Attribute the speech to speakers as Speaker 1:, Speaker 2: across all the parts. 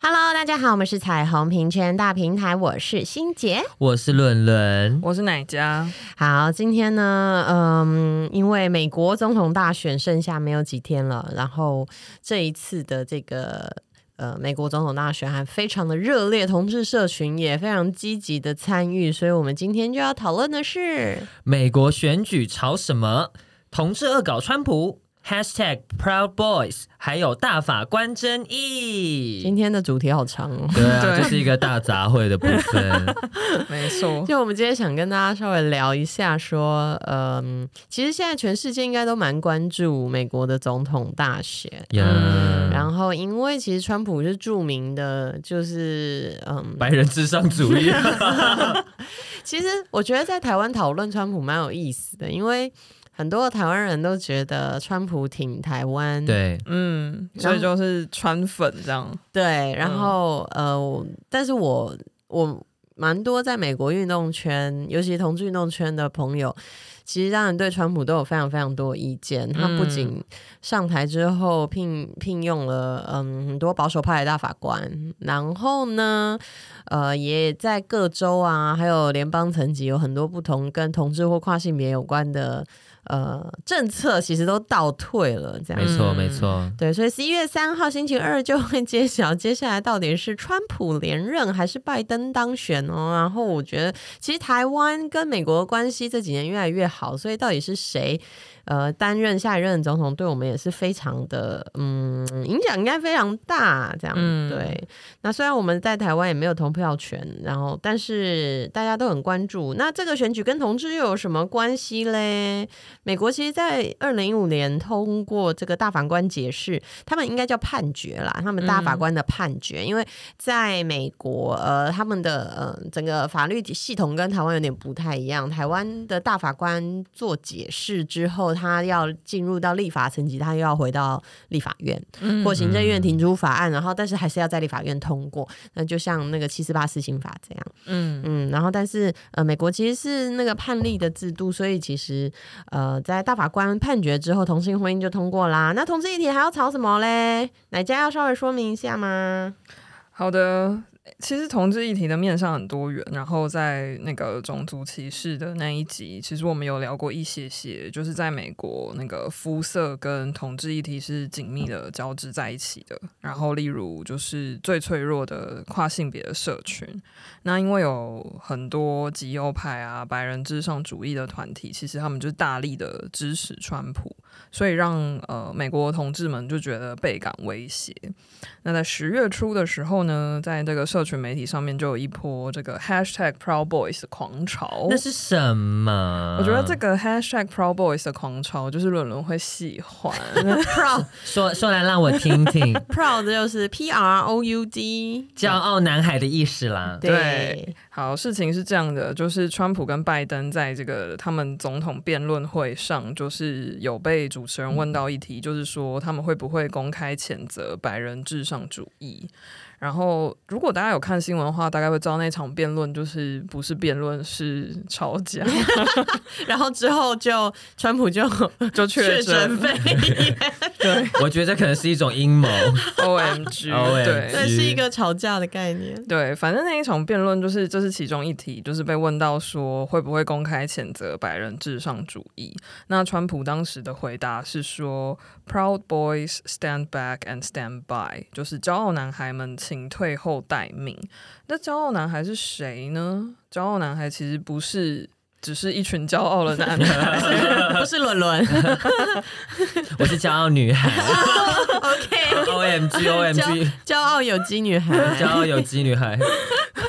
Speaker 1: Hello，大家好，我们是彩虹平权大平台，我是欣杰。
Speaker 2: 我是伦伦，
Speaker 3: 我是奶家，
Speaker 1: 好，今天呢，嗯，因为美国总统大选剩下没有几天了，然后这一次的这个。呃，美国总统大选还非常的热烈，同志社群也非常积极的参与，所以我们今天就要讨论的是，
Speaker 2: 美国选举吵什么？同志恶搞川普，#hashtag Proud Boys，还有大法官争
Speaker 1: 今
Speaker 2: 议。
Speaker 1: 天的主题好长哦。
Speaker 4: 对啊，
Speaker 3: 对
Speaker 4: 就是一个大杂烩的部分。
Speaker 3: 没错，
Speaker 1: 就我们今天想跟大家稍微聊一下，说，嗯，其实现在全世界应该都蛮关注美国的总统大选，
Speaker 3: 嗯
Speaker 4: 呀，
Speaker 1: 然后因为其实川普是著名的，就是嗯，
Speaker 4: 白人至上主 义，
Speaker 1: 其实我觉得在台湾讨论川普蛮有意思的，因为很多台湾人都觉得川普挺台湾，
Speaker 4: 对，
Speaker 3: 嗯，所以就是川粉这样，
Speaker 1: 对，然后、呃我，但是我我蛮多在美国运动圈，尤其同志运动圈的朋友，其实当然对川普都有非常非常多的意见。他不
Speaker 3: 嗯
Speaker 1: 仅上台之后聘聘用了嗯很多保守派的大法官，然后呢，呃，也在各州啊，还有联邦层级有很多不同跟同志或跨性别有关的呃政策，其实都倒退了这样
Speaker 4: 没
Speaker 1: 子。
Speaker 4: 错
Speaker 3: 嗯
Speaker 4: 没错，
Speaker 1: 对，所以十一月三号星期二就会揭晓，接下来到底是川普连任还是拜登当选哦。然后我觉得，其实台湾跟美国的关系这几年越来越好，所以到底是谁呃担任下一任总统，对我们也是非常的嗯影响应该非常大。这样、
Speaker 3: 嗯
Speaker 1: 对。那虽然我们在台湾也没有投票权，然后但是大家都很关注。那这个选举跟同志又有什么关系嘞？美国其实，在二零一五年通过这个大法官解释，他们应该叫判决啦，他们大法官的判决，因为在美国，呃，他们的呃整个法律系统跟台湾有点不太一样。台湾的大法官做解释之后，他要进入到立法层级，他又要回到立法院
Speaker 3: 嗯
Speaker 1: 或行政院提出法案，然后但是还是要在立法院通过。那就像那个七四八四刑法这样。
Speaker 3: 嗯
Speaker 1: 嗯，然后但是呃，美国其实是那个判例的制度，所以其实呃，在大法官判决之后，同性婚姻就通过啦。那同志议题还要吵什么嘞？哪家要稍微说明一 下吗？
Speaker 3: 好的。其实同志议题的面上很多元，然后在那个种族歧视的那一集，其实我们有聊过一些些，就是在美国那个肤色跟同志议题是紧密的交织在一起的。然后例如就是最脆弱的跨性别的社群，那因为有很多极右派啊、白人至上主义的团体，其实他们就大力的支持川普，所以让呃美国同志们就觉得倍感威胁。那在十月初的时候呢，在这个社群媒体上面就有一波这个 hashtag Proud Boys 的狂潮
Speaker 4: 那。是什么？
Speaker 3: 我觉得
Speaker 4: 嗯
Speaker 3: 这个 hashtag Proud Boys 的狂潮就是伦伦会喜 欢，
Speaker 1: proud
Speaker 4: 说说来让我听 听，
Speaker 1: proud 就是 P R O U D，
Speaker 4: 骄傲男孩的意思啦。
Speaker 1: 对
Speaker 3: 对，好，事情是这样的，就是川普跟拜登在这个他们总统辩论会上，就是有被主持人问到一题，就是说他们会不会公开谴责白人至上主义。然后，如果大家有看新闻的话，大概会知道那场辩论就是不是辩论是吵 架，
Speaker 1: 然后之后就川普就
Speaker 3: 就
Speaker 1: 确
Speaker 3: 确诊。
Speaker 1: 诊肺炎，
Speaker 3: 对
Speaker 4: 我觉得这可能是一种阴 谋。
Speaker 3: ，O M G，对
Speaker 4: OMG
Speaker 1: 这是一个吵架的概 念。
Speaker 3: 对，反正那一场辩论就是这是其中一题，就是被问到说会不会公开谴责白人至上主义。那川普当时的回答是说，Proud Boys stand back and stand by，就是骄傲男孩们请退后待命。那骄傲男孩是谁呢？骄傲男孩其实不是。只是一群骄傲的男孩，
Speaker 1: 不是伦伦
Speaker 4: 我是骄傲女 孩
Speaker 1: ，OK，
Speaker 4: ，O M G O M G，
Speaker 1: 骄傲有机女孩
Speaker 4: 骄，傲有机女孩。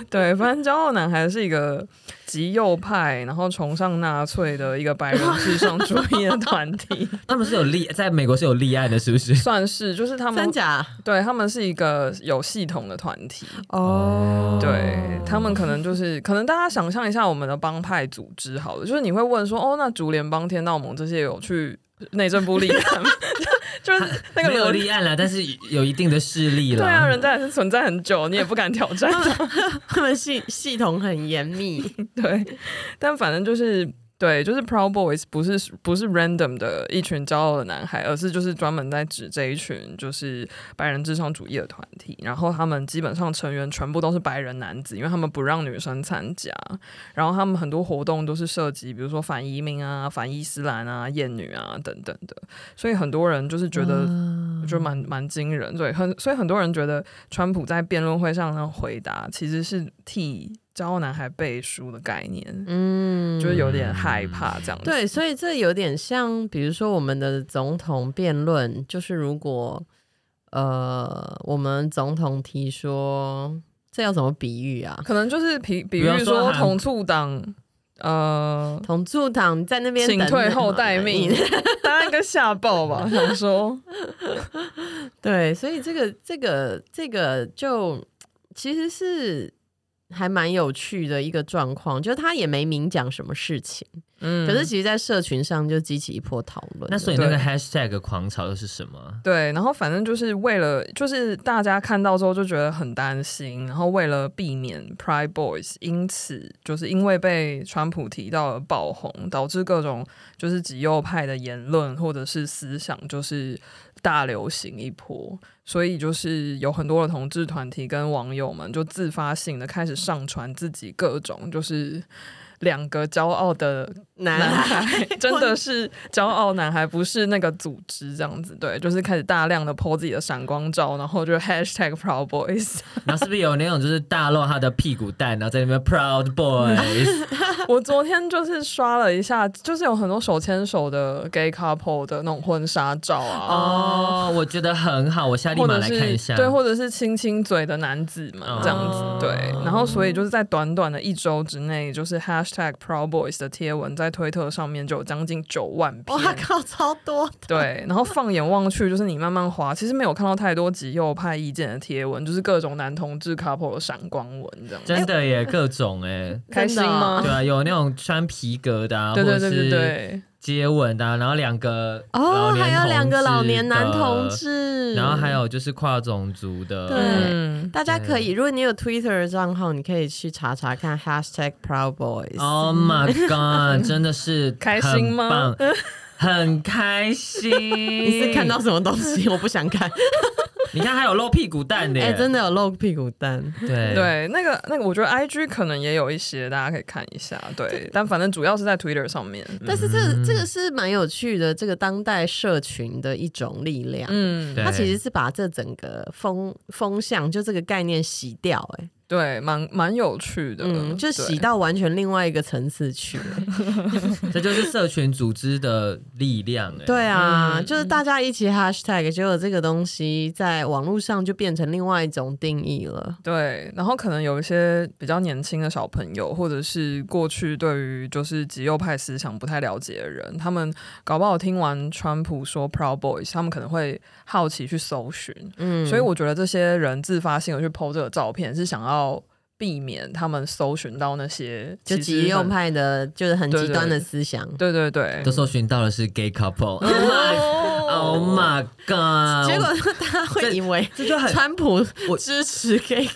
Speaker 3: 对，反正骄傲男孩是一个极右派，然后崇尚纳粹的一个白人至上主义的团体，
Speaker 4: 他们是有立，在美国是有立案的，是不是？
Speaker 3: 算是就是他们
Speaker 1: 真假？
Speaker 3: 对他们是一个有系统的团体，
Speaker 1: 哦
Speaker 3: 对他们可能就是可能大家想象一下我们的帮派组织好了，就是你会问说哦，那竹联帮、天道盟这些有去内政部立 案，就是那个
Speaker 4: 没有
Speaker 3: 伦
Speaker 4: 立案了，但是有一定的势力了。
Speaker 3: 对啊，人家也是存在很久，你也不敢挑 战。
Speaker 1: 他们 系系统很严密，
Speaker 3: 对，但反正就是对，就是 Proud Boys 不是不是 random 的一群骄傲的男孩，而是就是专门在指这一群就是白人至上主义的团体。然后他们基本上成员全部都是白人男子，因为他们不让女生参加。然后他们很多活动都是涉及，比如说反移民啊、反伊斯兰啊、厌女啊等等的。所以很多人就是觉
Speaker 1: 嗯
Speaker 3: 得。就蛮蛮惊人，对，很所以很多人觉得川普在辩论会上的回答其实是替骄傲男孩背书的概念，
Speaker 1: 嗯，
Speaker 3: 就是有点害怕这样子。
Speaker 1: 对，所以这有点像，比如说我们的总统辩论，就是如果呃，我们总统提说，这要怎么比喻啊？
Speaker 3: 可能就是比比
Speaker 4: 比方
Speaker 3: 如
Speaker 4: 说
Speaker 3: 说
Speaker 4: 韩
Speaker 3: 同促党，呃，
Speaker 1: 同住党在那边
Speaker 3: 请
Speaker 1: 等
Speaker 3: 退
Speaker 1: 你
Speaker 3: 后
Speaker 1: 嘛
Speaker 3: 待命，， 大家应该吓爆吧？想说，
Speaker 1: 对，所以这个这个这个就其实是还蛮有趣的一个状况，就是他也没明讲什么事情，
Speaker 3: 嗯
Speaker 1: 可是其实，在社群上就激起一波讨论了。
Speaker 4: 那所以那
Speaker 3: 对
Speaker 4: 个 hashtag 狂潮又是什么？
Speaker 3: 对，然后反正就是为了，就是大家看到之后就觉得很担心，然后为了避免 Pride Boys，因此就是因为被川普提到而爆红，导致各种就是极右派的言论或者是思想就是大流行一波，所以就是有很多的同志团体跟网友们就自发性的开始上传自己各种就是。两个骄傲的男
Speaker 1: 男
Speaker 3: 孩 真的是骄傲男孩，不是那个组织这样子，对，就是开始大量的 po 自己的闪光照，然后就 hashtag Proud Boys。
Speaker 4: 然后是不是有那种就是大露他的屁股蛋，然后在那边 proud boys？
Speaker 3: 我昨天就是刷了一下，就是有很多手牵手的 gay couple 的那种婚纱照啊，
Speaker 4: 哦，我觉得很好，我下立
Speaker 3: 或
Speaker 4: 马
Speaker 3: 者
Speaker 4: 来看一下。
Speaker 3: 是对，或者是亲亲嘴的男子们
Speaker 4: 哦
Speaker 3: 这样子，对。然后所以就是在短短的一周之内，就是 hashtag Proud Boys 的贴文在推特上面就有将近九万篇。
Speaker 1: 哇靠，超多！
Speaker 3: 对，然后放眼望去，就是你慢慢滑，其实没有看到太多极右派意见的贴文，就是各种男同志 couple 的闪光文这样。
Speaker 4: 真的耶，各种哎，
Speaker 3: 开心
Speaker 1: 真的啊
Speaker 3: 吗
Speaker 4: 对？啊，有那种穿皮革的啊，
Speaker 3: 对对
Speaker 4: 或者
Speaker 3: 对
Speaker 4: 是
Speaker 3: 对对，
Speaker 4: 接吻的啊，然后两个
Speaker 1: 哦，
Speaker 4: 老年
Speaker 1: 还有两个老
Speaker 4: 同志
Speaker 1: 年男
Speaker 4: 的
Speaker 1: 同，志，
Speaker 4: 然后还有就是跨种族的，
Speaker 1: 对
Speaker 3: 嗯，
Speaker 1: 大家可以，如果你有 Twitter 的账号，你可以去查查看 hashtag Proud Boys。
Speaker 4: Oh my god！真的是
Speaker 3: 开心吗
Speaker 4: 很棒？很开心。
Speaker 1: 你
Speaker 4: 你
Speaker 1: 是看到什么东西？ 我不想 看。
Speaker 4: 你看还有露屁股蛋的耶，
Speaker 1: 哎、真的有露屁股蛋。
Speaker 4: 对
Speaker 3: 对，那个那个，我觉得 I G 可能也有一些，大家可以看一下。对，但反正主要是在 Twitter 上面。
Speaker 1: 但是这个这个是蛮有趣的，这个当代社群的一种力量。
Speaker 3: 嗯，
Speaker 4: 对
Speaker 1: 它其实是把这整个风风向，就这个概念洗掉、哎，
Speaker 3: 对，蛮蛮有趣的，
Speaker 1: 嗯，就
Speaker 3: 对
Speaker 1: 洗。到完全另外一个层次去、哎
Speaker 4: 这就是社群组织的力量哎。
Speaker 1: 对啊，
Speaker 3: 嗯
Speaker 1: 就是大家一起 hashtag，结果这个东西在网络上就变成另外一种定义了。
Speaker 3: 对，然后可能有一些比较年轻的小朋友，或者是过去对于就是极右派思想不太了解的人，他们搞不好听完川普说 Proud Boys，他们可能会好奇去搜寻。
Speaker 1: 嗯，
Speaker 3: 所以我觉得这些人自发性的去 PO 这个照片，是想要避免他们搜寻到那些
Speaker 1: 就
Speaker 3: 其实
Speaker 1: 极右
Speaker 3: 很。
Speaker 1: 派的，就是很
Speaker 3: 对
Speaker 1: 极端
Speaker 3: 对
Speaker 1: 的思想。
Speaker 3: 对对对
Speaker 4: 都，搜寻到的是 gay couple。Oh
Speaker 3: 哦，
Speaker 4: my god！
Speaker 1: 结果大家会以为
Speaker 4: 这就很
Speaker 1: 川普
Speaker 4: 我
Speaker 1: 支持 gay，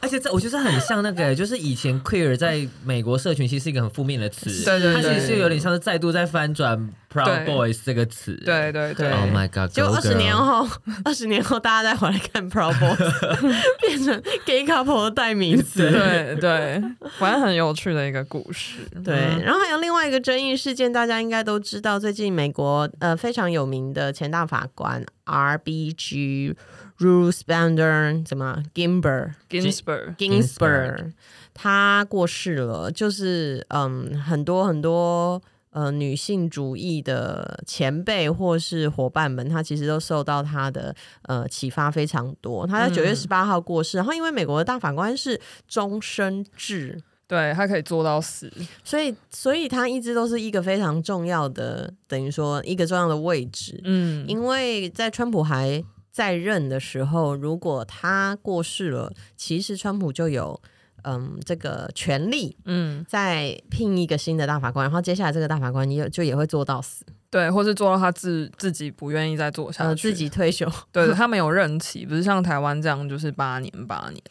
Speaker 4: 而且这我觉得很像那个欸，就是以前 queer 在美国社群其实是一个很负面的词，
Speaker 3: 对对
Speaker 4: 它其
Speaker 3: 对
Speaker 4: 实是有点像是再度在翻转 proud
Speaker 3: 对
Speaker 4: boys 这个词。
Speaker 3: 对对对
Speaker 4: ，Oh my god！
Speaker 1: 结果
Speaker 4: go
Speaker 1: 二十
Speaker 4: girl
Speaker 1: 年后，二十年后大家再回来看 Proud Boys，变成 gay couple 的代名词。
Speaker 3: 对对，反正很有趣的一个故事。嗯
Speaker 1: 对，然后还有另外一个争议事件，大家应该都知道，最近美国呃非常有名的前大法官 R B G Ruth Bader 怎么 Ginsburg
Speaker 3: Ginsburg，
Speaker 1: Ginsburg，她过世了，就是嗯，很多很多呃女性主义的前辈或是伙伴们，她其实都受到她的呃启发非常多。她在九月十八号过世，然后因为美国的大法官是终身制，
Speaker 3: 对他可以做到死。
Speaker 1: 所以所以她一直都是一个非常重要的，等于说一个重要的位置。
Speaker 3: 嗯，
Speaker 1: 因为在川普还在任的时候，如果他过世了，其实川普就有嗯这个权利
Speaker 3: 嗯，
Speaker 1: 再聘一个新的大法官，然后接下来这个大法官也就也会做到死。
Speaker 3: 对，或是做到他自自己不愿意再做下去，
Speaker 1: 呃，自己退 休。
Speaker 3: 对 他们有任期，不是像台湾这样就是八年八年。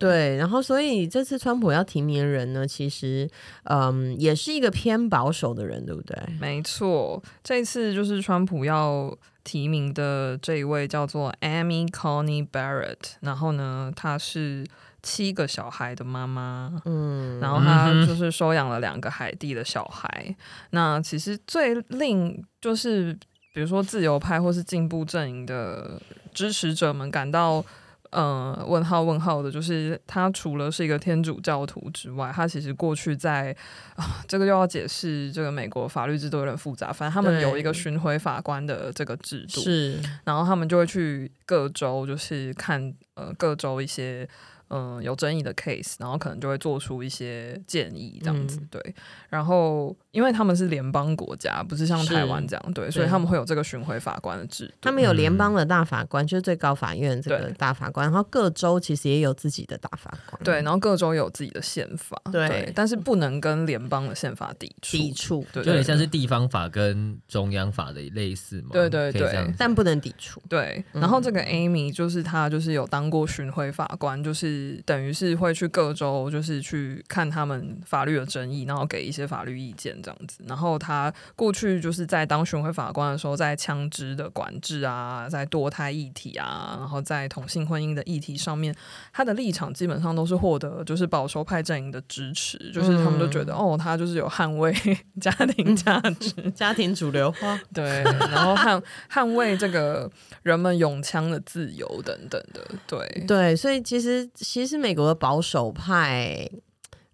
Speaker 1: 对，然后所以这次川普要提名人呢，其实嗯，也是一个偏保守的人，对不对？
Speaker 3: 没错，这次就是川普要提名的这一位叫做 Amy Coney Barrett，然后呢，她是七个小孩的妈妈。
Speaker 1: 嗯，
Speaker 3: 然后她就是收养了两个海地的小孩。那其实最令就是比如说自由派或是进步阵营的支持者们感到。嗯，问号问号的，就是她除了是一个天主教徒之外，她其实过去在啊，这个又要解释这个美国法律制度有点复杂。反正他们
Speaker 1: 对
Speaker 3: 有一个巡回法官的这个制度，
Speaker 1: 是
Speaker 3: 然后他们就会去各州，就是看呃各州一些嗯、呃有争议的 case，然后可能就会做出一些建议这样子。
Speaker 1: 嗯
Speaker 3: 对，然后因为他们是联邦国家，不是像台湾这样，对，所以
Speaker 1: 对
Speaker 3: 他们会有这个巡回法官的制度。
Speaker 1: 他们有联邦的大法官，就是最高法院这个
Speaker 3: 嗯对
Speaker 1: 大法官，然后各州其实也有自己的大法官，
Speaker 3: 对，，然后各州有自己的宪法，
Speaker 1: 对
Speaker 3: 但是不能跟联邦的宪法抵触，
Speaker 1: 抵触，
Speaker 3: 对，
Speaker 4: 就有
Speaker 3: 对
Speaker 4: 点像是地方法跟中央法的类似嘛。
Speaker 3: 对对
Speaker 4: 可以这样
Speaker 3: 对
Speaker 4: 子
Speaker 1: 但不能抵触。
Speaker 3: 对，
Speaker 1: 嗯
Speaker 3: 然后这个 Amy 就是她，就是有当过巡回法官，就是等于是会去各州，就是去看他们法律的争议，然后给一些法律意见这样子。然后她过去就是在当巡回法官的时候，在枪支的管制啊，在堕胎议题啊，然后在同性婚姻的议题上面，她的立场基本上都是获得就是保守派阵营的支持，就是他们都觉得、哦，她就是有捍卫 家庭价值
Speaker 1: 家庭主流化，
Speaker 3: 对，然后捍捍卫这个人们拥枪的自由等等的，对，
Speaker 1: 对，所以其实其实美国的保守派。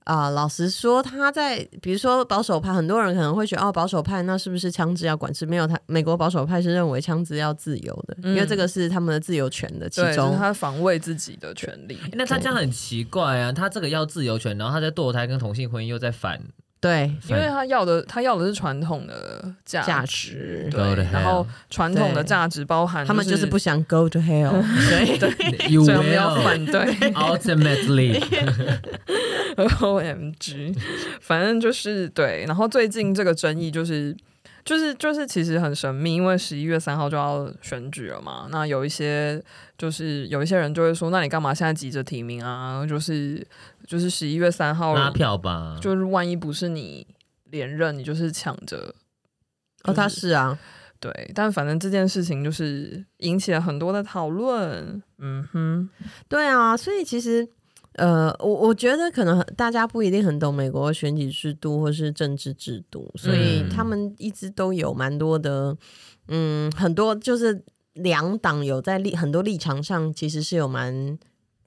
Speaker 1: 啊、老实说，他在比如说保守派，很多人可能会觉得哦，保守派那是不是枪支要管制？没有，他美国保守派是认为枪支要自由的，因为
Speaker 3: 嗯
Speaker 1: 这个是他们的自由权的其
Speaker 3: 对，就
Speaker 1: 中
Speaker 3: 是。他防卫自己的权利。
Speaker 4: 那他这样很奇怪啊，他这个要自由权，然后他在堕胎跟同性婚姻又在反，
Speaker 1: 对，
Speaker 3: 因为他要的，他要的是传统的价
Speaker 1: 价值
Speaker 4: Go
Speaker 3: 值，
Speaker 4: to
Speaker 3: 对，然后
Speaker 4: hell
Speaker 3: 传统的
Speaker 1: 对
Speaker 3: 价值包含
Speaker 1: 他们就是不想 go to hell。
Speaker 3: 对对，
Speaker 4: you
Speaker 3: 所以我们要
Speaker 4: will
Speaker 3: 反对
Speaker 4: ultimately，
Speaker 3: O M G，反正就是对。然后最近这个争议就是，就是就是其实很神秘，因为十一月三号就要选举了嘛。那有一些就是有一些人就会说，那你干嘛现在急着提名啊？就是就是十一月三号，
Speaker 4: 拉票吧。
Speaker 3: 就是万一不是你连任，你就是抢着
Speaker 1: 哦，他是啊，
Speaker 3: 对。但反正这件事情就是引起了很多的讨论。嗯哼，
Speaker 1: 对啊，所以其实。呃，我我觉得可能大家不一定很懂美国选举制度或是政治制度，所以
Speaker 4: 嗯
Speaker 1: 他们一直都有蛮多的，嗯，很多就是两党有在立很多立场上其实是有蛮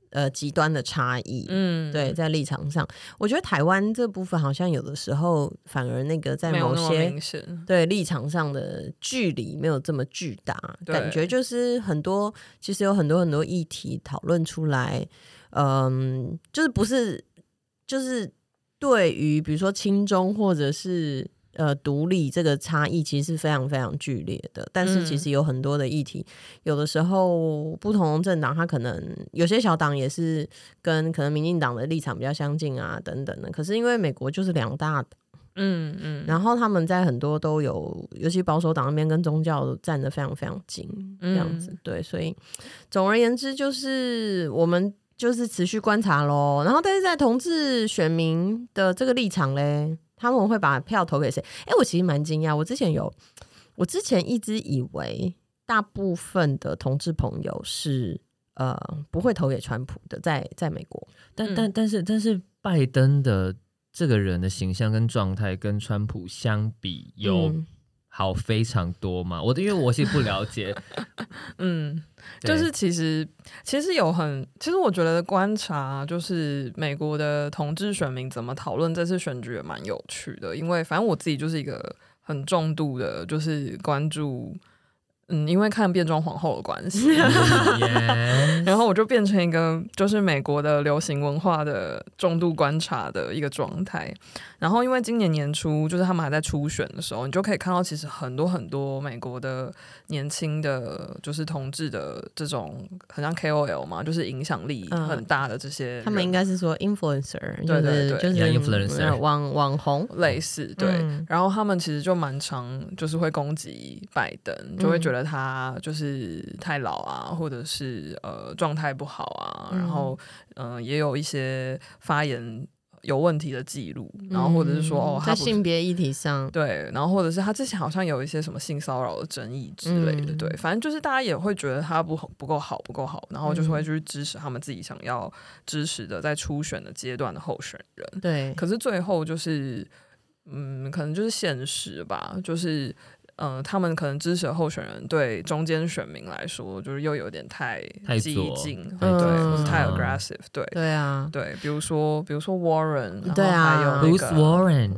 Speaker 1: 呃极端的差异，
Speaker 3: 嗯，
Speaker 1: 对，在立场上，我觉得台湾这部分好像有的时候反而那个在
Speaker 3: 没有
Speaker 1: 某
Speaker 3: 那么
Speaker 1: 些
Speaker 3: 明显。
Speaker 1: 对立场上的距离没有这么巨大，
Speaker 3: 对
Speaker 1: 感觉就是很多其实有很多很多议题讨论出来，嗯，就是不是就是对于比如说亲中或者是呃独立这个差异，其实是非常非常剧烈的。但是其
Speaker 3: 嗯
Speaker 1: 实有很多的议题，有的时候不同政党它可能有些小党也是跟可能民进党的立场比较相近啊等等的，可是因为美国就是两大
Speaker 3: 嗯嗯，
Speaker 1: 然后他们在很多都有，尤其保守党那边跟宗教站得非常非常近，这样子、对，所以总而言之就是我们就是持续观察喽。然后，但是在同志选民的这个立场嘞，他们会把票投给谁？哎，我其实蛮惊讶，我之前有，我之前一直以为大部分的同志朋友是。呃，不会投给川普的，在在美国，
Speaker 4: 但
Speaker 3: 嗯
Speaker 4: 但但是但是拜登的这个人的形象跟状态跟川普相比有
Speaker 1: 嗯
Speaker 4: 好非常多嘛？我因为我其实不了解，
Speaker 3: 嗯，
Speaker 4: 对
Speaker 3: 就是其实其实有很，其实我觉得观察就是美国的同志选民怎么讨论这次选举也蛮有趣的，因为反正我自己就是一个很重度的，就是关注嗯，因为看变装皇后的关系，
Speaker 4: 耶
Speaker 3: 然后我就变成一个就是美国的流行文化的重度观察的一个状态。然后因为今年年初就是他们还在初选的时候，你就可以看到其实很多很多美国的年轻的就是同志的这种很像 KOL 嘛，就是影响力
Speaker 1: 嗯
Speaker 3: 很大的这些人、
Speaker 1: 他们应该是说 influencer，就
Speaker 3: 对对
Speaker 1: 是
Speaker 3: 对
Speaker 1: 就是
Speaker 4: Yeah, influencer
Speaker 1: 嗯网网红，
Speaker 3: 类似对。
Speaker 1: 嗯
Speaker 3: 然后他们其实就蛮常就是会攻击拜登，就会
Speaker 1: 嗯
Speaker 3: 觉得他就是太老啊，或者是呃状态不好啊，
Speaker 1: 嗯
Speaker 3: 然后嗯、呃也有一些发言有问题的记录，然后或者是说、
Speaker 1: 嗯
Speaker 3: 哦他
Speaker 1: 在
Speaker 3: 不是
Speaker 1: 性别议题上，
Speaker 3: 对，然后或者是他之前好像有一些什么性骚扰的争议之类的，
Speaker 1: 嗯
Speaker 3: 对，反正就是大家也会觉得他不好不够好，不够好，然后
Speaker 1: 嗯
Speaker 3: 就是会去支持他们自己想要支持的在初选的阶段的候选人。
Speaker 1: 对，
Speaker 3: 可是最后就是，嗯，可能就是现实吧，就是，呃，他们可能支持的候选人对中间选民来说，就是又有点太
Speaker 4: 太
Speaker 3: 激
Speaker 4: 左
Speaker 3: 进，
Speaker 4: 太
Speaker 3: 对，
Speaker 1: 左
Speaker 3: 或是太
Speaker 4: 嗯
Speaker 3: aggressive，对。
Speaker 1: 对啊，
Speaker 3: 对，比如说，比如说 Warren，然后
Speaker 1: 对啊
Speaker 3: 还有那
Speaker 4: Who's
Speaker 3: 个嗯
Speaker 4: Warren？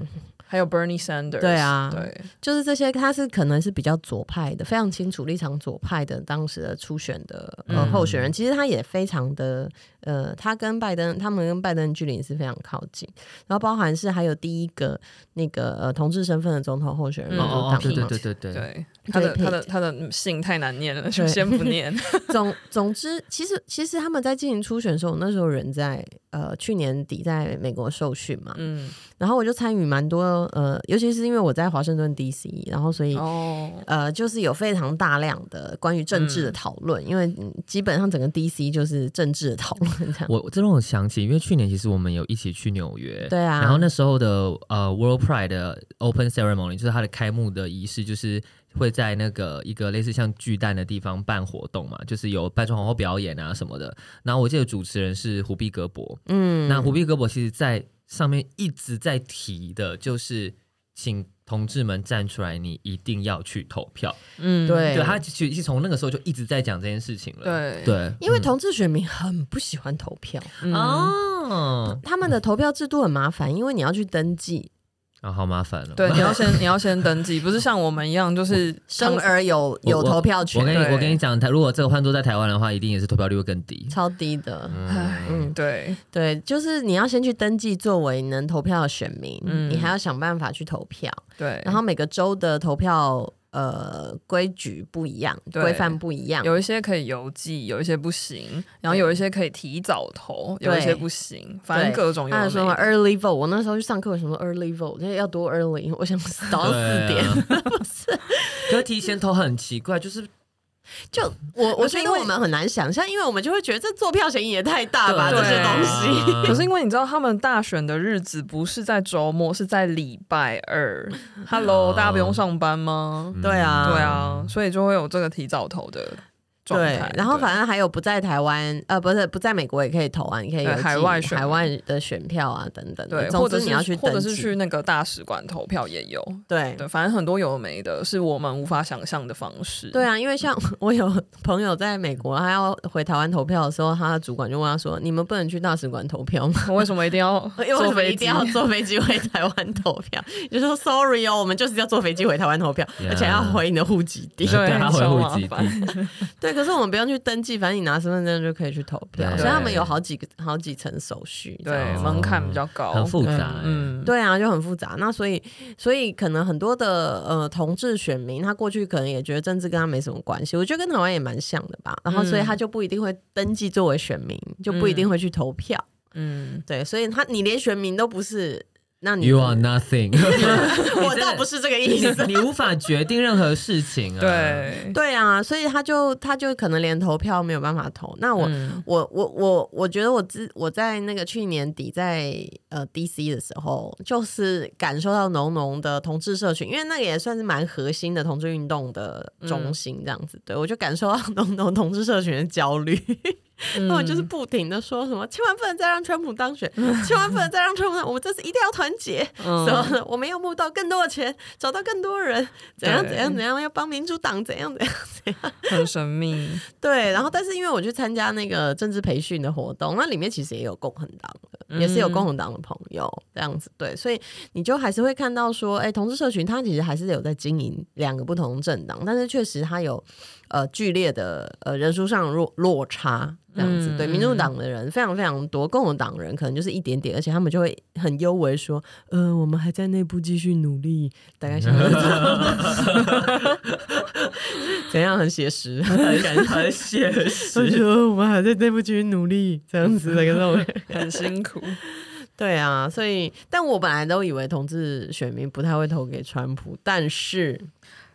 Speaker 3: 还有 Bernie Sanders，
Speaker 1: 对啊
Speaker 3: 对，
Speaker 1: 就是这些，他是可能是比较左派的，非常清楚立场左派的当时的初选的呃
Speaker 4: 嗯
Speaker 1: 候选人，其实他也非常的呃，他跟拜登，他们跟拜登距离是非常靠近，然后包含是还有第一个那个呃同志身份的总统候选人
Speaker 3: 嗯
Speaker 1: 民
Speaker 4: 哦
Speaker 1: 主
Speaker 4: 哦，
Speaker 1: 党
Speaker 4: 对对
Speaker 1: 嘛
Speaker 4: 对对对，
Speaker 3: 对，他的
Speaker 1: 对
Speaker 3: 他的他的姓太难念了，就
Speaker 1: 对
Speaker 3: 先 不念。
Speaker 1: 总总之，其实其实他们在进行初选的时候，我那时候人在呃去年底在美国受训嘛，
Speaker 3: 嗯，
Speaker 1: 然后我就参与蛮多呃，尤其是因为我在华盛顿 D.C.，然后所以
Speaker 3: 哦，
Speaker 1: 呃，就是有非常大量的关于政治的讨论，因为嗯基本上整个 DC 就是政治的讨论这样。
Speaker 4: 我这让我想起，因为去年其实我们有一起去纽约，
Speaker 1: 对啊，
Speaker 4: 然后那时候的呃 World Pride 的 Open Ceremony 就是它的开幕的仪式，就是会在那个一个类似像巨蛋的地方办活动嘛，就是有扮装皇后表演啊什么的。然后我记得主持人是胡碧戈博，
Speaker 1: 嗯，
Speaker 4: 那胡碧戈博其实在上面一直在提的就是请。同志们站出来，你一定要去投票。
Speaker 3: 嗯，
Speaker 1: 对
Speaker 4: 对他其实从那个时候就一直在讲这件事情了。
Speaker 3: 对，
Speaker 4: 对，
Speaker 1: 因为同志选民很不喜欢投票，
Speaker 3: 嗯
Speaker 4: 哦，
Speaker 1: 他们的投票制度很麻烦，因为你要去登记
Speaker 4: 啊，好麻烦了。
Speaker 3: 对，你要先你要先登记，不是像我们一样就是
Speaker 1: 生
Speaker 3: 躺
Speaker 1: 儿有有
Speaker 4: 我
Speaker 1: 投票
Speaker 4: 我跟
Speaker 1: 权，
Speaker 4: 你
Speaker 3: 对
Speaker 4: 我跟你讲，台如果这个换作在台湾的话，一定也是投票率会更低。
Speaker 1: 超低的。
Speaker 3: 唉
Speaker 4: 嗯，
Speaker 1: 嗯，
Speaker 3: 对，
Speaker 1: 对，就是你要先去登记作为能投票的选民，
Speaker 3: 嗯
Speaker 1: 你还要想办法去投票。
Speaker 3: 对，
Speaker 1: 然后每个州的投票呃规矩不一样，
Speaker 3: 对
Speaker 1: 规范不一样，
Speaker 3: 有一些可以邮寄，有一些不行，然后有一些可以提早投，有一些不行，反正各种有
Speaker 1: 他
Speaker 3: 的
Speaker 1: 有
Speaker 3: 没
Speaker 1: 说嘛
Speaker 3: 的。
Speaker 1: early vote，我那时候去上课，我想说 early vote，那要多 early，我想早上四
Speaker 4: 对
Speaker 1: 点。
Speaker 4: 啊 可是提前投很奇怪，就是
Speaker 1: 就我我
Speaker 3: 而且
Speaker 1: 觉得
Speaker 3: 因为
Speaker 1: 我们很难想象，因为我们就会觉得这坐票嫌疑也太大吧，
Speaker 4: 对
Speaker 1: 这些东西。
Speaker 4: 啊
Speaker 3: 可是因为你知道，他们大选的日子不是在周末，是在礼拜二。Hello，
Speaker 4: 哦
Speaker 3: 大家不用上班吗？
Speaker 4: 嗯
Speaker 1: 对啊
Speaker 3: 对啊，所以就会有这个提早投的状
Speaker 1: 对
Speaker 3: 态。，
Speaker 1: 然后
Speaker 3: 对
Speaker 1: 反正还有不在台湾，呃，不是不在美国也可以投啊，你可以
Speaker 3: 对
Speaker 1: 有
Speaker 3: 海
Speaker 1: 寄
Speaker 3: 外选
Speaker 1: 海外的选票啊等等的。
Speaker 3: 对，
Speaker 1: 总
Speaker 3: 或
Speaker 1: 之
Speaker 3: 者
Speaker 1: 你
Speaker 3: 是
Speaker 1: 要去
Speaker 3: 或者
Speaker 1: 登
Speaker 3: 是去
Speaker 1: 记。
Speaker 3: 那个大使馆投票也有。
Speaker 1: 对
Speaker 3: 对，反正很多有的没的，是我们无法想象的方式。
Speaker 1: 对，啊，因为像我有朋友在美国，他要回台湾投票的时候，他的主管就问他说：“你们不能去大使馆投票吗？”
Speaker 3: 为什么一定要
Speaker 1: 因为为
Speaker 3: 坐
Speaker 1: 什么
Speaker 3: 飞
Speaker 1: 一
Speaker 3: 机
Speaker 1: 定？要坐飞机回台湾投票？就说 sorry 哦，我们就是要坐飞机回台湾投票
Speaker 4: Yeah
Speaker 1: 而且要回你的户籍地。
Speaker 3: 对啊
Speaker 4: 他回
Speaker 3: 超
Speaker 4: 户
Speaker 3: 麻
Speaker 4: 籍
Speaker 3: 烦
Speaker 4: 地，
Speaker 1: 对，可是我们不用去登记，反正你拿身份证就可以去投票，
Speaker 4: 对
Speaker 1: 所以他们有好几个好几层手续。这样
Speaker 3: 对
Speaker 4: 哦
Speaker 3: 门槛比较高，
Speaker 4: 很复杂欸。
Speaker 3: 啊嗯，
Speaker 1: 对啊，就很复杂。那所以，所以可能很多的呃同志选民，他过去可能也觉得政治跟他没什么关系，我觉得跟台湾也蛮像的吧。然后，所以
Speaker 4: 嗯
Speaker 1: 他就不一定会登记作为选民，就不一定会去投票。
Speaker 3: 嗯，
Speaker 1: 对，所以他你连选民都不是，那你
Speaker 4: You are nothing，
Speaker 1: 我倒不是这个意
Speaker 4: 你
Speaker 1: 思。
Speaker 4: 你无法决定任何事情啊。，
Speaker 3: 对，
Speaker 1: 对啊，所以他就他就可能连投票没有办法投。那我、
Speaker 3: 嗯
Speaker 1: 我我我我觉得我自我在那个去年底在呃 DC 的时候，就是感受到浓浓的同志社群，因为那个也算是蛮核心的同
Speaker 3: 嗯
Speaker 1: 志运动的中心这样子。对我就感受到浓浓同志社群的焦虑。
Speaker 3: 嗯
Speaker 1: 那我就是不停的说什么，千万不能再让川普当选，千万不能再让川普当，我们这次一定要团结，
Speaker 3: 嗯
Speaker 1: 什么的，我们要募到更多的钱，找到更多人，怎样
Speaker 3: 对
Speaker 1: 怎样怎样，要帮民主党怎样怎样，
Speaker 3: 很神秘。
Speaker 1: 对。然后，但是因为我去参加那个政治培训的活动，那里面其实也有共和党的，也是有
Speaker 3: 嗯
Speaker 1: 共和党的朋友这样子，对，所以你就还是会看到说，哎，同志社群它其实还是有在经营两个不同政党，但是确实它有呃剧烈的呃人数上的落落差。这样子，
Speaker 3: 嗯
Speaker 1: 对民主党的人非常非常多，共和党人可能就是一点点，而且他们就会很优为说，呃，我们还在内部继续努力，大概像这种 怎样很写实，
Speaker 4: 很感很现
Speaker 1: 就
Speaker 4: 实。
Speaker 1: 觉得我们还在内部继续努力这样 子的那种。
Speaker 3: 很辛苦，
Speaker 1: 对啊，所以但我本来都以为同志选民不太会投给川普，但是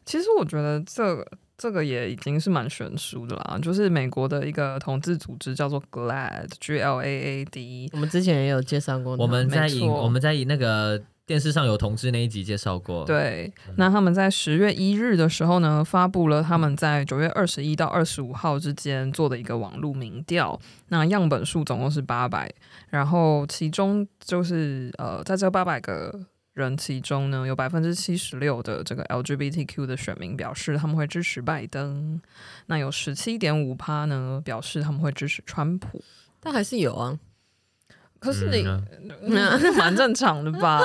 Speaker 3: 其实我觉得这个这个也已经是蛮悬殊的啦。就是美国的一个同志组织叫做 GLAAD，G L A A D，
Speaker 1: 我们之前也有介绍过他，
Speaker 4: 我们在
Speaker 3: 没
Speaker 4: 以
Speaker 3: 错
Speaker 4: 我们在以那个电视上有同志那一集介绍过，，
Speaker 3: 对，那他们在十月一日的时候呢，发布了他们在九月二十一到二十五号之间做的一个网络民调，那样本数总共是八百，然后其中就是呃，在这八百个人其中呢，有百分之七十六的这个 LGBTQ 的选民表示他们会支持拜登，那有十七点五趴呢表示他们会支持川普。
Speaker 1: 但还是有啊，
Speaker 3: 可是你、
Speaker 4: 嗯
Speaker 3: 蛮正常的吧？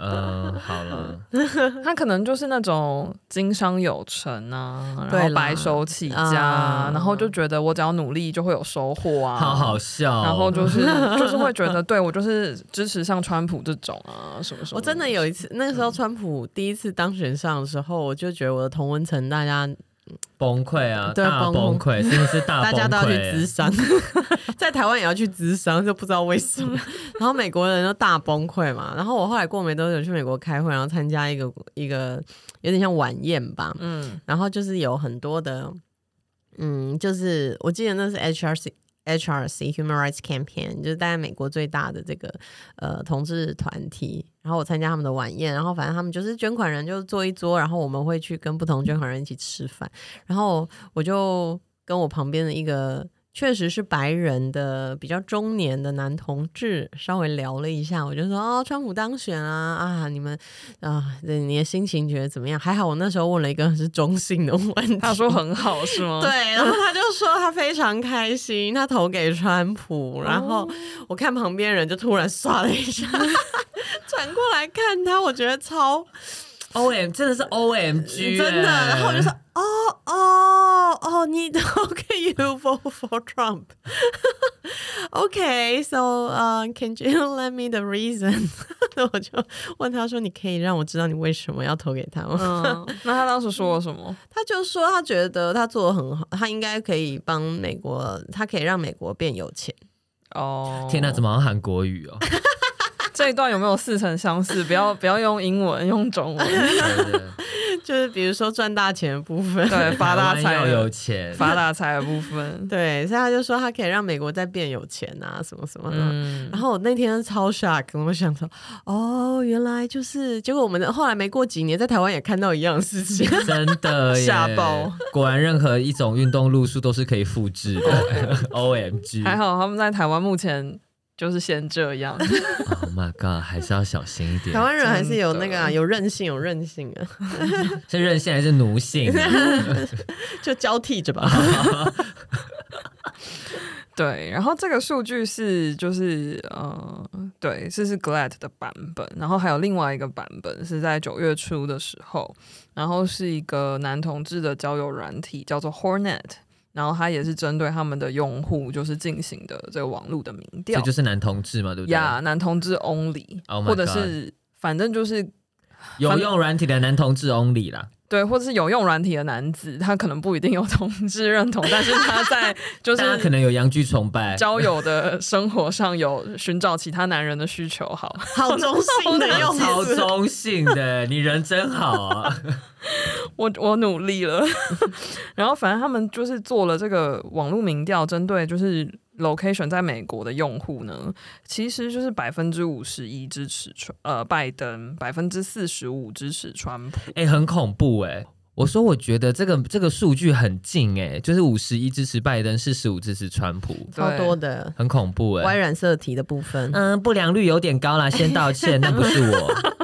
Speaker 4: 嗯、好 了，
Speaker 3: 他可能就是那种经商有成啊，
Speaker 1: 对
Speaker 3: 然后
Speaker 1: 啦
Speaker 3: 白手起家，
Speaker 1: 啊
Speaker 3: 然后就觉得我只要努力就会有收获啊，
Speaker 4: 好好笑哦、
Speaker 3: 然后就是 就是会觉得，对我就是支持像川普这种啊，什么什么。
Speaker 1: 我真的有一次，那个时候川普第一次当选上的时候，我就觉得我的同温层大家
Speaker 4: 崩溃啊，
Speaker 1: 对
Speaker 4: 大崩
Speaker 1: 崩啊
Speaker 4: 溃，真的是大崩
Speaker 1: 大
Speaker 4: 溃，
Speaker 1: 家都要去咨 商，在台湾也要去咨商，就不知道为什么。 然后美国人都大崩溃嘛。然后我后来过没多久去美国开会，然后参加一个一个有点像晚宴吧，
Speaker 3: 嗯
Speaker 1: 然后就是有很多的，嗯，就是我记得那是 HRC。HRC Human Rights Campaign 就是大概美国最大的这个呃同志团体，然后我参加他们的晚宴，然后反正他们就是捐款人就坐一桌，然后我们会去跟不同捐款人一起吃饭，然后我就跟我旁边的一个确实是白人的比较中年的男同志稍微聊了一下，我就说哦，川普当选啊啊，你们啊，对你的心情觉得怎么样？还好我那时候问了一个是中性的问题，
Speaker 3: 他说很好是吗？
Speaker 1: 对，，然后他就说他非常开心，他投给川普，然后我看旁边人就突然唰了一下， 转过来看他，我觉得超
Speaker 4: O M 真的是 O M G，
Speaker 1: 真的，然后我就说哦哦哦，你 OK you vote for Trump。Okay, so 呃、can you let me the reason？那 我就问他说：“你可以让我知道你为什么要投给他吗？”
Speaker 3: 嗯，那他当时说了什么？
Speaker 1: 他就说他觉得他做的很好，他应该可以帮美国，他可以让美国变有钱。
Speaker 3: 哦，
Speaker 4: 天哪，怎
Speaker 3: 么
Speaker 4: 么好像韩国语 哦？
Speaker 3: 这一段有没有似曾相识？不要不要用英文，用中 文，
Speaker 4: 对对
Speaker 1: 就是比如说赚大钱的部分。
Speaker 3: 对，发大财
Speaker 4: 台湾要有
Speaker 3: 的
Speaker 4: 钱，
Speaker 3: 发大财的部分。
Speaker 1: 对，所以他就说他可以让美国再变有钱啊，什么什么的。
Speaker 3: 嗯
Speaker 1: 然后我那天超 shock，我想说，哦，原来就是，结果我们后来没过几年，在台湾也看到一样的 事情。
Speaker 4: 真的耶
Speaker 3: 吓爆！
Speaker 4: 果然，任何一种运动路数都是可以复制的。O M G，
Speaker 3: 还好他们在台湾目前就是先这样，
Speaker 4: Oh my god，还是要小心一点
Speaker 1: 台。湾人还是有那个、
Speaker 3: 真
Speaker 1: 啊、
Speaker 3: 的
Speaker 1: 有韧性，有韧性啊，
Speaker 4: 是任性还是奴性啊？
Speaker 1: 就交替着吧。
Speaker 3: 对，然后这个数据是就是呃，对，这是 GLAD 的版本，然后还有另外一个版本是在九月初的时候，然后是一个男同志的交友软体叫做 Hornet，然后它也是针对他们的用户就是进行的这个网络的民
Speaker 4: 这
Speaker 3: 调，
Speaker 4: 就是男同志嘛，对不对？
Speaker 3: 呀男同志 only，、
Speaker 4: Oh my
Speaker 3: 或者是反正就是
Speaker 4: 有用软体的男同志 only 啦。
Speaker 3: 对，或者是有用软体的男子，他可能不一定有同志认同，但是他在就
Speaker 4: 大家
Speaker 3: 是
Speaker 4: 可能有洋剧崇拜，
Speaker 3: 交友的生活上有寻找其他男人的需求，好，
Speaker 1: 好中性的用
Speaker 4: 超
Speaker 1: 词，
Speaker 4: 中性的，你人真好啊！
Speaker 3: 我我努力了。 然后反正他们就是做了这个网络民调，针对就是 location 在美国的用户呢，其实就是百分之五十一支持川呃拜登，百分之四十五支持川普。
Speaker 4: 哎、很恐怖哎、我说我觉得这个这个数据很近哎、就是五十一支持拜登，四十五支持川普，
Speaker 1: 超多的
Speaker 4: 很恐怖哎、
Speaker 1: 歪染色体的部分。
Speaker 2: 嗯，不良率有点高啦，先道歉，那不是我。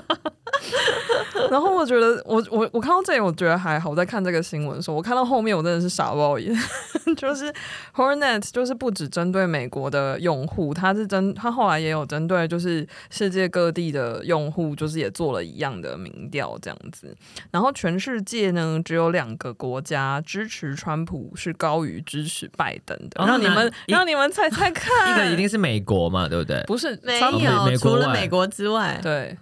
Speaker 3: 然后我觉得，我我我看到这里，我觉得还好。我在看这个新闻的时候，我看到后面我真的是傻爆眼， 就是 Hornet 就是不只针对美国的用户，它是针它后来也有针对就是世界各地的用户，就是也做了一样的民调这样子。然后全世界呢，只有两个国家支持川普是高于支持拜登的。
Speaker 4: 哦
Speaker 3: 让你们
Speaker 4: 那一
Speaker 3: 让你们猜猜看，
Speaker 4: 一个一定是美国嘛，对不对？
Speaker 3: 不是
Speaker 1: 没
Speaker 3: 川普
Speaker 4: 美
Speaker 1: 有，
Speaker 4: 美国
Speaker 1: 除了
Speaker 4: 外
Speaker 1: 美国之外，
Speaker 3: 对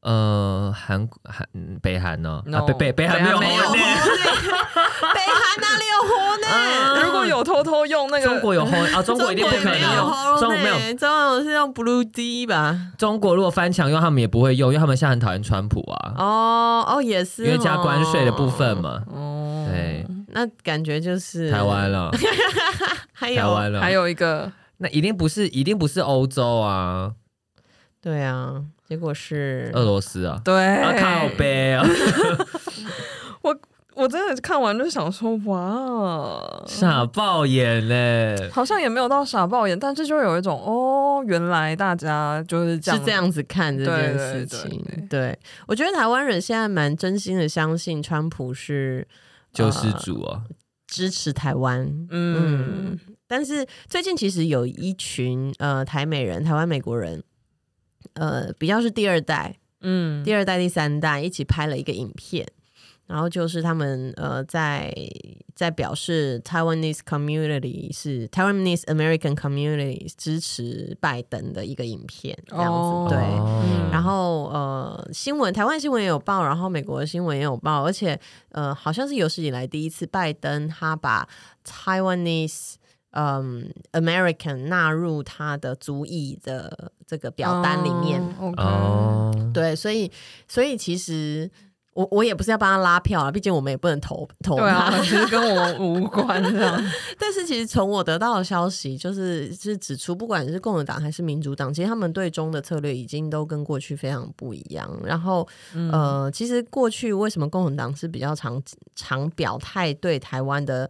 Speaker 4: 呃，韩国韩嗯北韩呢、
Speaker 3: No，
Speaker 4: 啊北北北韩没有
Speaker 3: 北
Speaker 1: 没有
Speaker 3: 韩
Speaker 1: 活
Speaker 4: 红
Speaker 1: 呢，
Speaker 4: 呢
Speaker 1: 北哦韩哪里有活呢？
Speaker 3: 如果有偷偷用那个
Speaker 4: 嗯中国有红啊，中国一定不可能
Speaker 1: 中国也没有
Speaker 4: 用，
Speaker 1: 红
Speaker 4: 中国没有，
Speaker 1: 呢，中国是用 Blue D 吧？
Speaker 4: 中国如果翻墙用，他们也不会用，因为他们现在很讨厌川普啊，
Speaker 1: 哦哦，也是，
Speaker 4: 因为加关税的部分。嘛。
Speaker 3: 哦，
Speaker 4: 对，
Speaker 1: 那感觉就是
Speaker 4: 台湾，了，
Speaker 1: 哎还
Speaker 4: 台
Speaker 1: 有
Speaker 4: 湾了，
Speaker 3: 还有一个。
Speaker 4: 那一定不是，一定不是欧洲啊，
Speaker 1: 对啊，结果是
Speaker 4: 俄罗斯啊，
Speaker 3: 对，
Speaker 4: 啊靠北啊，
Speaker 3: 我真的看完就想说，哇，
Speaker 4: 傻爆眼嘞！
Speaker 3: 好像也没有到傻爆眼，但是就有一种哦，原来大家就是这
Speaker 1: 是
Speaker 3: 样，
Speaker 1: 这样子看这件事情。
Speaker 3: 对对对
Speaker 1: 对我觉得台湾人现在蛮真心的相信川普是呃
Speaker 4: 救世主啊，
Speaker 1: 支持台湾。
Speaker 3: 嗯
Speaker 1: 嗯，但是最近其实有一群呃台美人、台湾美国人，呃，比较是第二代，
Speaker 3: 嗯，
Speaker 1: 第二代、第三代一起拍了一个影片，然后就是他们呃在在表示 Taiwanese community 是 Taiwanese American community 支持拜登的一个影片，这样子、
Speaker 3: 哦
Speaker 1: 对。
Speaker 3: 嗯
Speaker 1: 然后呃，新闻台湾新闻也有报，然后美国的新闻也有报，而且呃，好像是有史以来第一次，拜登他把 Taiwanese 嗯 American 纳入他的族裔的这个表单里面。
Speaker 3: 哦，OK，
Speaker 4: 哦，
Speaker 1: 对，所以所以其实我我也不是要帮他拉票啊，毕竟我们也不能投投
Speaker 3: 对啊
Speaker 1: 他。，
Speaker 3: 其实跟我无关这样，
Speaker 1: 但是其实从我得到的消息，就是是指出，不管是共和党还是民主党，其实他们对中的策略已经都跟过去非常不一样。然后
Speaker 3: 嗯
Speaker 1: 呃，其实过去为什么共和党是比较常常表态对台湾的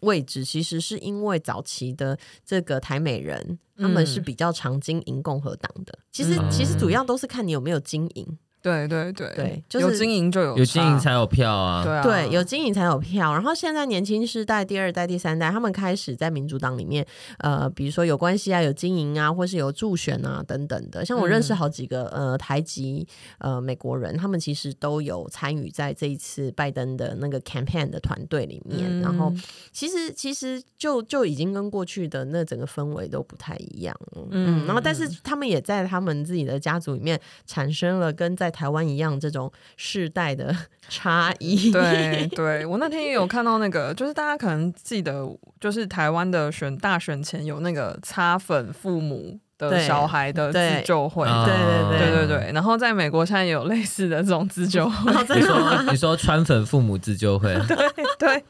Speaker 1: 位置，其实是因为早期的这个台美人，他们是
Speaker 3: 嗯
Speaker 1: 比较常经营共和党的。其实、
Speaker 3: 嗯
Speaker 1: 其实主要都是看你有没有经营，
Speaker 3: 对对对
Speaker 1: 对就是
Speaker 3: 有经营就有
Speaker 4: 有经营
Speaker 3: 差
Speaker 4: 才有票啊，
Speaker 3: 对啊，
Speaker 1: 对，有经营才有票。然后现在年轻世代、第二代、第三代，他们开始在民主党里面，呃，比如说有关系啊、有经营啊，或是有助选啊等等的。像我认识
Speaker 3: 嗯
Speaker 1: 好几个、呃台籍呃美国人，他们其实都有参与在这一次拜登的那个 campaign 的团队里面。
Speaker 3: 嗯
Speaker 1: 然后其实其实就就已经跟过去的那整个氛围都不太一样了。嗯，
Speaker 3: 嗯
Speaker 1: 然后但是他们也在他们自己的家族里面产生了跟在台湾一样这种世代的 差异。
Speaker 3: 对对，我那天也有看到那个，就是大家可能记得，就是台湾的选大选前有那个擦粉父母的
Speaker 1: 对
Speaker 3: 小孩的自
Speaker 1: 对
Speaker 3: 救会，
Speaker 4: 啊
Speaker 1: 对对
Speaker 3: 对对对，然后在美国现在也有类似的这种自救会，
Speaker 4: 你说你说川粉父母自救会，
Speaker 3: 对，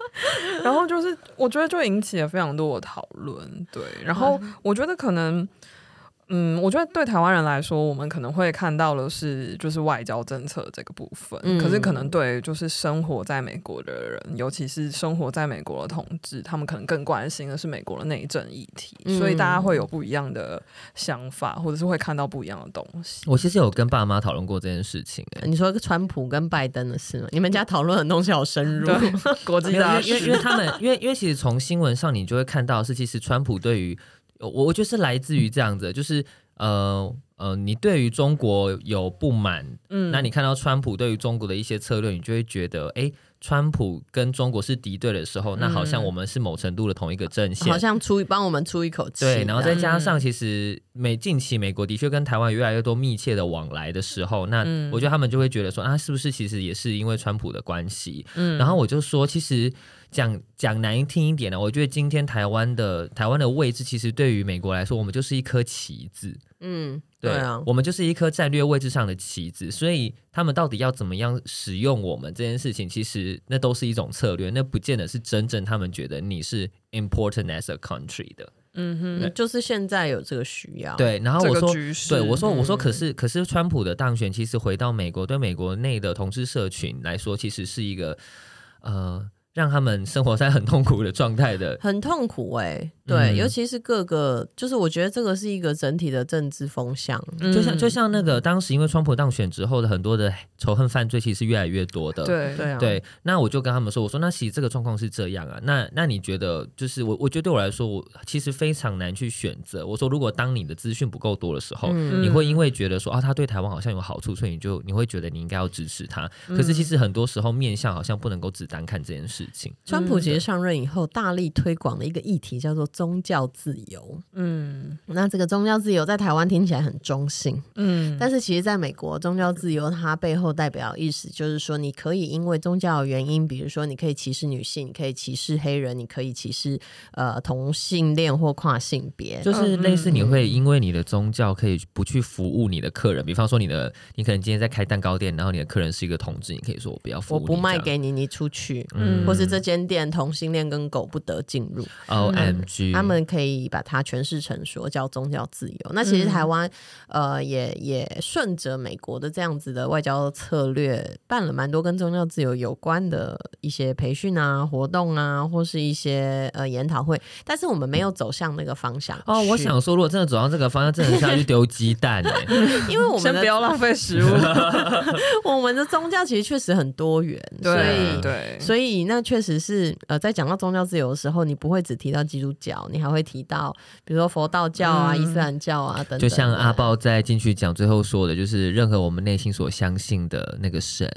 Speaker 3: 然后就是我觉得就引起了非常多的讨论，对，然后我觉得可能。嗯，我觉得对台湾人来说，我们可能会看到的是就是外交政策这个部分，
Speaker 1: 嗯
Speaker 3: 可是可能对就是生活在美国的人，尤其是生活在美国的同志，他们可能更关心的是美国的内政议题，所以大家会有不一样的想法，或者是会看到不一样的东 西。
Speaker 4: 我其实有跟爸妈讨论过这件事情哎、
Speaker 1: 你说川普跟拜登的事吗？你们家讨论的东西好深入。
Speaker 3: 对，国
Speaker 4: 没
Speaker 3: 际
Speaker 4: 有
Speaker 3: 大
Speaker 4: 因为因为因为他们，因为因为其实从新闻上你就会看到的是，其实川普对于我，我觉得是来自于这样子的，就是呃呃，你对于中国有不满，
Speaker 3: 嗯
Speaker 4: 那你看到川普对于中国的一些策略，你就会觉得，哎、川普跟中国是敌对的时候，那好像
Speaker 3: 嗯
Speaker 4: 我们是某程度的同一个阵线，
Speaker 1: 好像出帮我们出一口气。
Speaker 4: 对，然后再
Speaker 1: 这
Speaker 4: 加
Speaker 1: 样
Speaker 3: 嗯
Speaker 4: 上，其实美近期美国的确跟台湾越来越多密切的往来的时候，那
Speaker 3: 嗯
Speaker 4: 我觉得他们就会觉得说啊，是不是其实也是因为川普的关系？
Speaker 3: 嗯
Speaker 4: 然后我就说，其实讲讲难听一点呢，啊我觉得今天台湾的台湾的位置，其实对于美国来说，我们就是一颗棋子。
Speaker 1: 嗯，对啊，
Speaker 4: 我们就是一颗战略位置上的棋子，所以他们到底要怎么样使用我们这件事情，其实那都是一种策略，那不见得是真正他们觉得你是 important as a country 的。
Speaker 3: 嗯哼，
Speaker 1: 嗯就是现在有这个需要。，
Speaker 4: 对，然后我
Speaker 3: 这个
Speaker 4: 说，
Speaker 3: 局势，
Speaker 4: 对我说，我说，
Speaker 3: 嗯
Speaker 4: 可是可是，川普的当选其实回到美国，对美国内的同志社群来说，其实是一个呃，让他们生活在很痛苦的状态的。
Speaker 1: 很痛苦哎、对，
Speaker 4: 嗯
Speaker 1: 尤其是各个，就是我觉得这个是一个整体的政治风向。
Speaker 4: 就像
Speaker 3: 嗯
Speaker 4: 就像那个当时因为川普当选之后的很多的仇恨犯罪，其实越来越多的。
Speaker 3: 对
Speaker 1: 对啊，
Speaker 4: 对，那我就跟他们说，我说那其实这个状况是这样啊，那那你觉得就是我，我觉得对我来说，我其实非常难去选择。我说，如果当你的资讯不够多的时候，
Speaker 1: 嗯
Speaker 4: 你会因为觉得说啊，他对台湾好像有好处，所以你就你会觉得你应该要支持他。
Speaker 1: 嗯
Speaker 4: 可是其实很多时候面向好像不能够只单看这件事情。
Speaker 1: 川普其实上任以后，大力推广的一个议题叫做宗教自由。
Speaker 3: 嗯
Speaker 1: 那这个宗教自由在台湾听起来很中性，
Speaker 3: 嗯，
Speaker 1: 但是其实在美国，宗教自由它背后代表意思就是说，你可以因为宗教的原因，比如说你可以歧视女性，你可以歧视黑人，你可以歧视呃同性恋或跨性别。
Speaker 4: 就是类似你
Speaker 1: 嗯
Speaker 4: 会因为你的宗教可以不去服务你的客人，比方说你的你可能今天在开蛋糕店，然后你的客人是一个同志，你可以说我不要服务
Speaker 1: 我
Speaker 4: 你
Speaker 1: 不卖
Speaker 4: 这样
Speaker 1: 给你，你出去，
Speaker 3: 嗯
Speaker 1: 或是这间店同性恋跟狗不得进入。
Speaker 4: O 哦 M G，
Speaker 1: 嗯他们可以把它诠释成说叫宗教自由。那其实
Speaker 3: 嗯
Speaker 1: 台湾、呃也也顺着美国的这样子的外交策略，办了蛮多跟宗教自由有关的一些培训啊、活动啊，或是一些呃研讨会，但是我们没有走向那个方向。
Speaker 4: 哦，我，想说，如果真的走向这个方向，真的是要去丢鸡蛋哎、
Speaker 1: 因为我们
Speaker 3: 先
Speaker 1: 的
Speaker 3: 不要浪费食物，
Speaker 1: 我们的宗教其实确实很多元，所
Speaker 3: 对
Speaker 1: 以
Speaker 3: 对，
Speaker 1: 所以那确实是，呃，在讲到宗教自由的时候，你不会只提到基督教，你还会提到比如说佛道教啊、
Speaker 3: 嗯
Speaker 1: 伊斯兰教啊等等的。
Speaker 4: 就像阿豹在进去讲最后说的，就是任何我们内心所相信的那个神，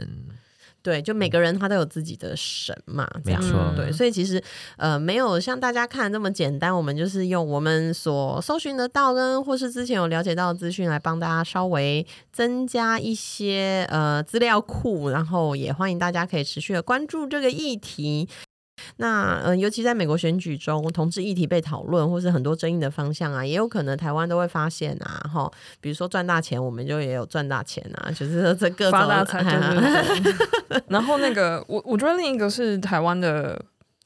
Speaker 1: 对，就每个人他都有自己的神嘛，这
Speaker 4: 没
Speaker 1: 样
Speaker 4: 错，
Speaker 3: 嗯
Speaker 1: 对，所以其实呃没有像大家看的那么简单，我们就是用我们所搜寻得到跟或是之前有了解到的资讯来帮大家稍微增加一些呃资料库，然后也欢迎大家可以持续的关注这个议题。那嗯、呃尤其在美国选举中，同志议题被讨论，或是很多争议的方向啊，也有可能台湾都会发现啊，哈，比如说赚大钱，我们就也有赚大钱啊，就是这各种
Speaker 3: 发大财，对对对。 然后那个，我我觉得另一个是台湾的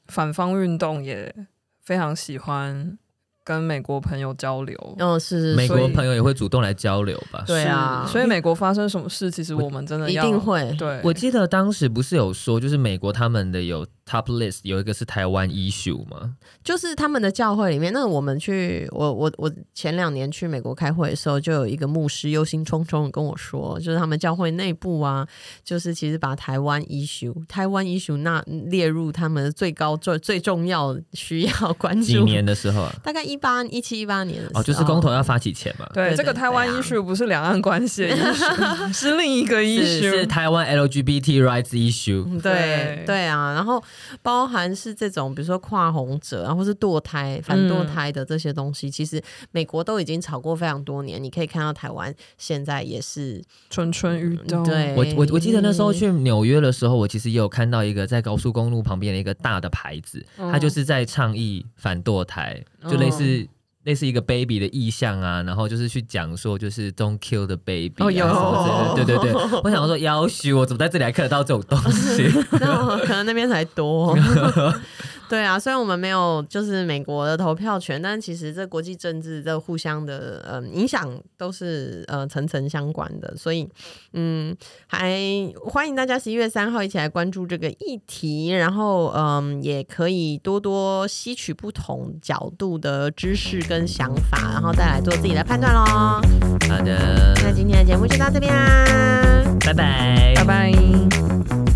Speaker 3: 反方运动也非常喜欢跟美国朋友交流，
Speaker 1: 嗯，是是是
Speaker 4: 美
Speaker 3: 所
Speaker 4: 国
Speaker 3: 以
Speaker 4: 朋友也会主动来交流吧？
Speaker 1: 对啊
Speaker 3: 是所以美国发生什么事，其实我们真
Speaker 4: 呃
Speaker 3: 的
Speaker 1: 一
Speaker 3: 要
Speaker 1: 定会。
Speaker 3: 对，
Speaker 4: 我记得当时不是有说，就是美国他们的有 top list 有一个是台湾 issue 吗？
Speaker 1: 就是他们的教会里面，那我们去，我我我前两年去美国开会的时候，就有一个牧师忧心忡忡的跟我说，就是他们教会内部啊，就是其实把台湾 issue、台湾 issue 那列入他们最高最 最重要需要关
Speaker 4: 几
Speaker 1: 注，
Speaker 4: 年的时候啊，
Speaker 1: 大概一八一七一八年的时候
Speaker 4: 哦，就是公投要发起前嘛，
Speaker 3: 对
Speaker 1: 对
Speaker 3: 这个
Speaker 1: 对
Speaker 3: 台湾
Speaker 1: 对啊
Speaker 3: issue 不是两岸关系的 issue，是另一个
Speaker 4: 是是
Speaker 3: issue。
Speaker 4: 台湾 LGBT rights issue，
Speaker 1: 嗯
Speaker 3: 对
Speaker 1: 对对啊，然后包含是这种，比如说跨红者啊，或是堕胎、反
Speaker 4: 嗯
Speaker 1: 堕胎的这些东西，其实美国都已经吵过非常多年。你可以看到台湾现在也是
Speaker 3: 蠢蠢欲动，
Speaker 1: 嗯对嗯
Speaker 4: 我我我记得那时候去纽约的时候，我其实也有看到一个在高速公路旁边的一个大的牌子，
Speaker 3: 嗯，
Speaker 4: 它就是在倡议反堕胎，就类似。类似一个 baby 的意象啊，然后就是去讲说，就是 don't kill the baby 啊、
Speaker 1: 哦有
Speaker 4: 什么之类的对对对，我想说，要许我怎么在这里还看得到这种东西？
Speaker 1: 那可能那边才多。对啊，虽然我们没有就是美国的投票权，但其实这国际政治这互相的呃影响都是呃层层相关的，所以嗯，还欢迎大家十一月三号一起来关注这个议题，然后嗯也可以多多吸取不同角度的知识跟想法，然后再来做自己的判断喽。
Speaker 4: 好的，
Speaker 1: 啊那今天的节目就到这边啦。
Speaker 4: 拜拜，
Speaker 3: 拜拜。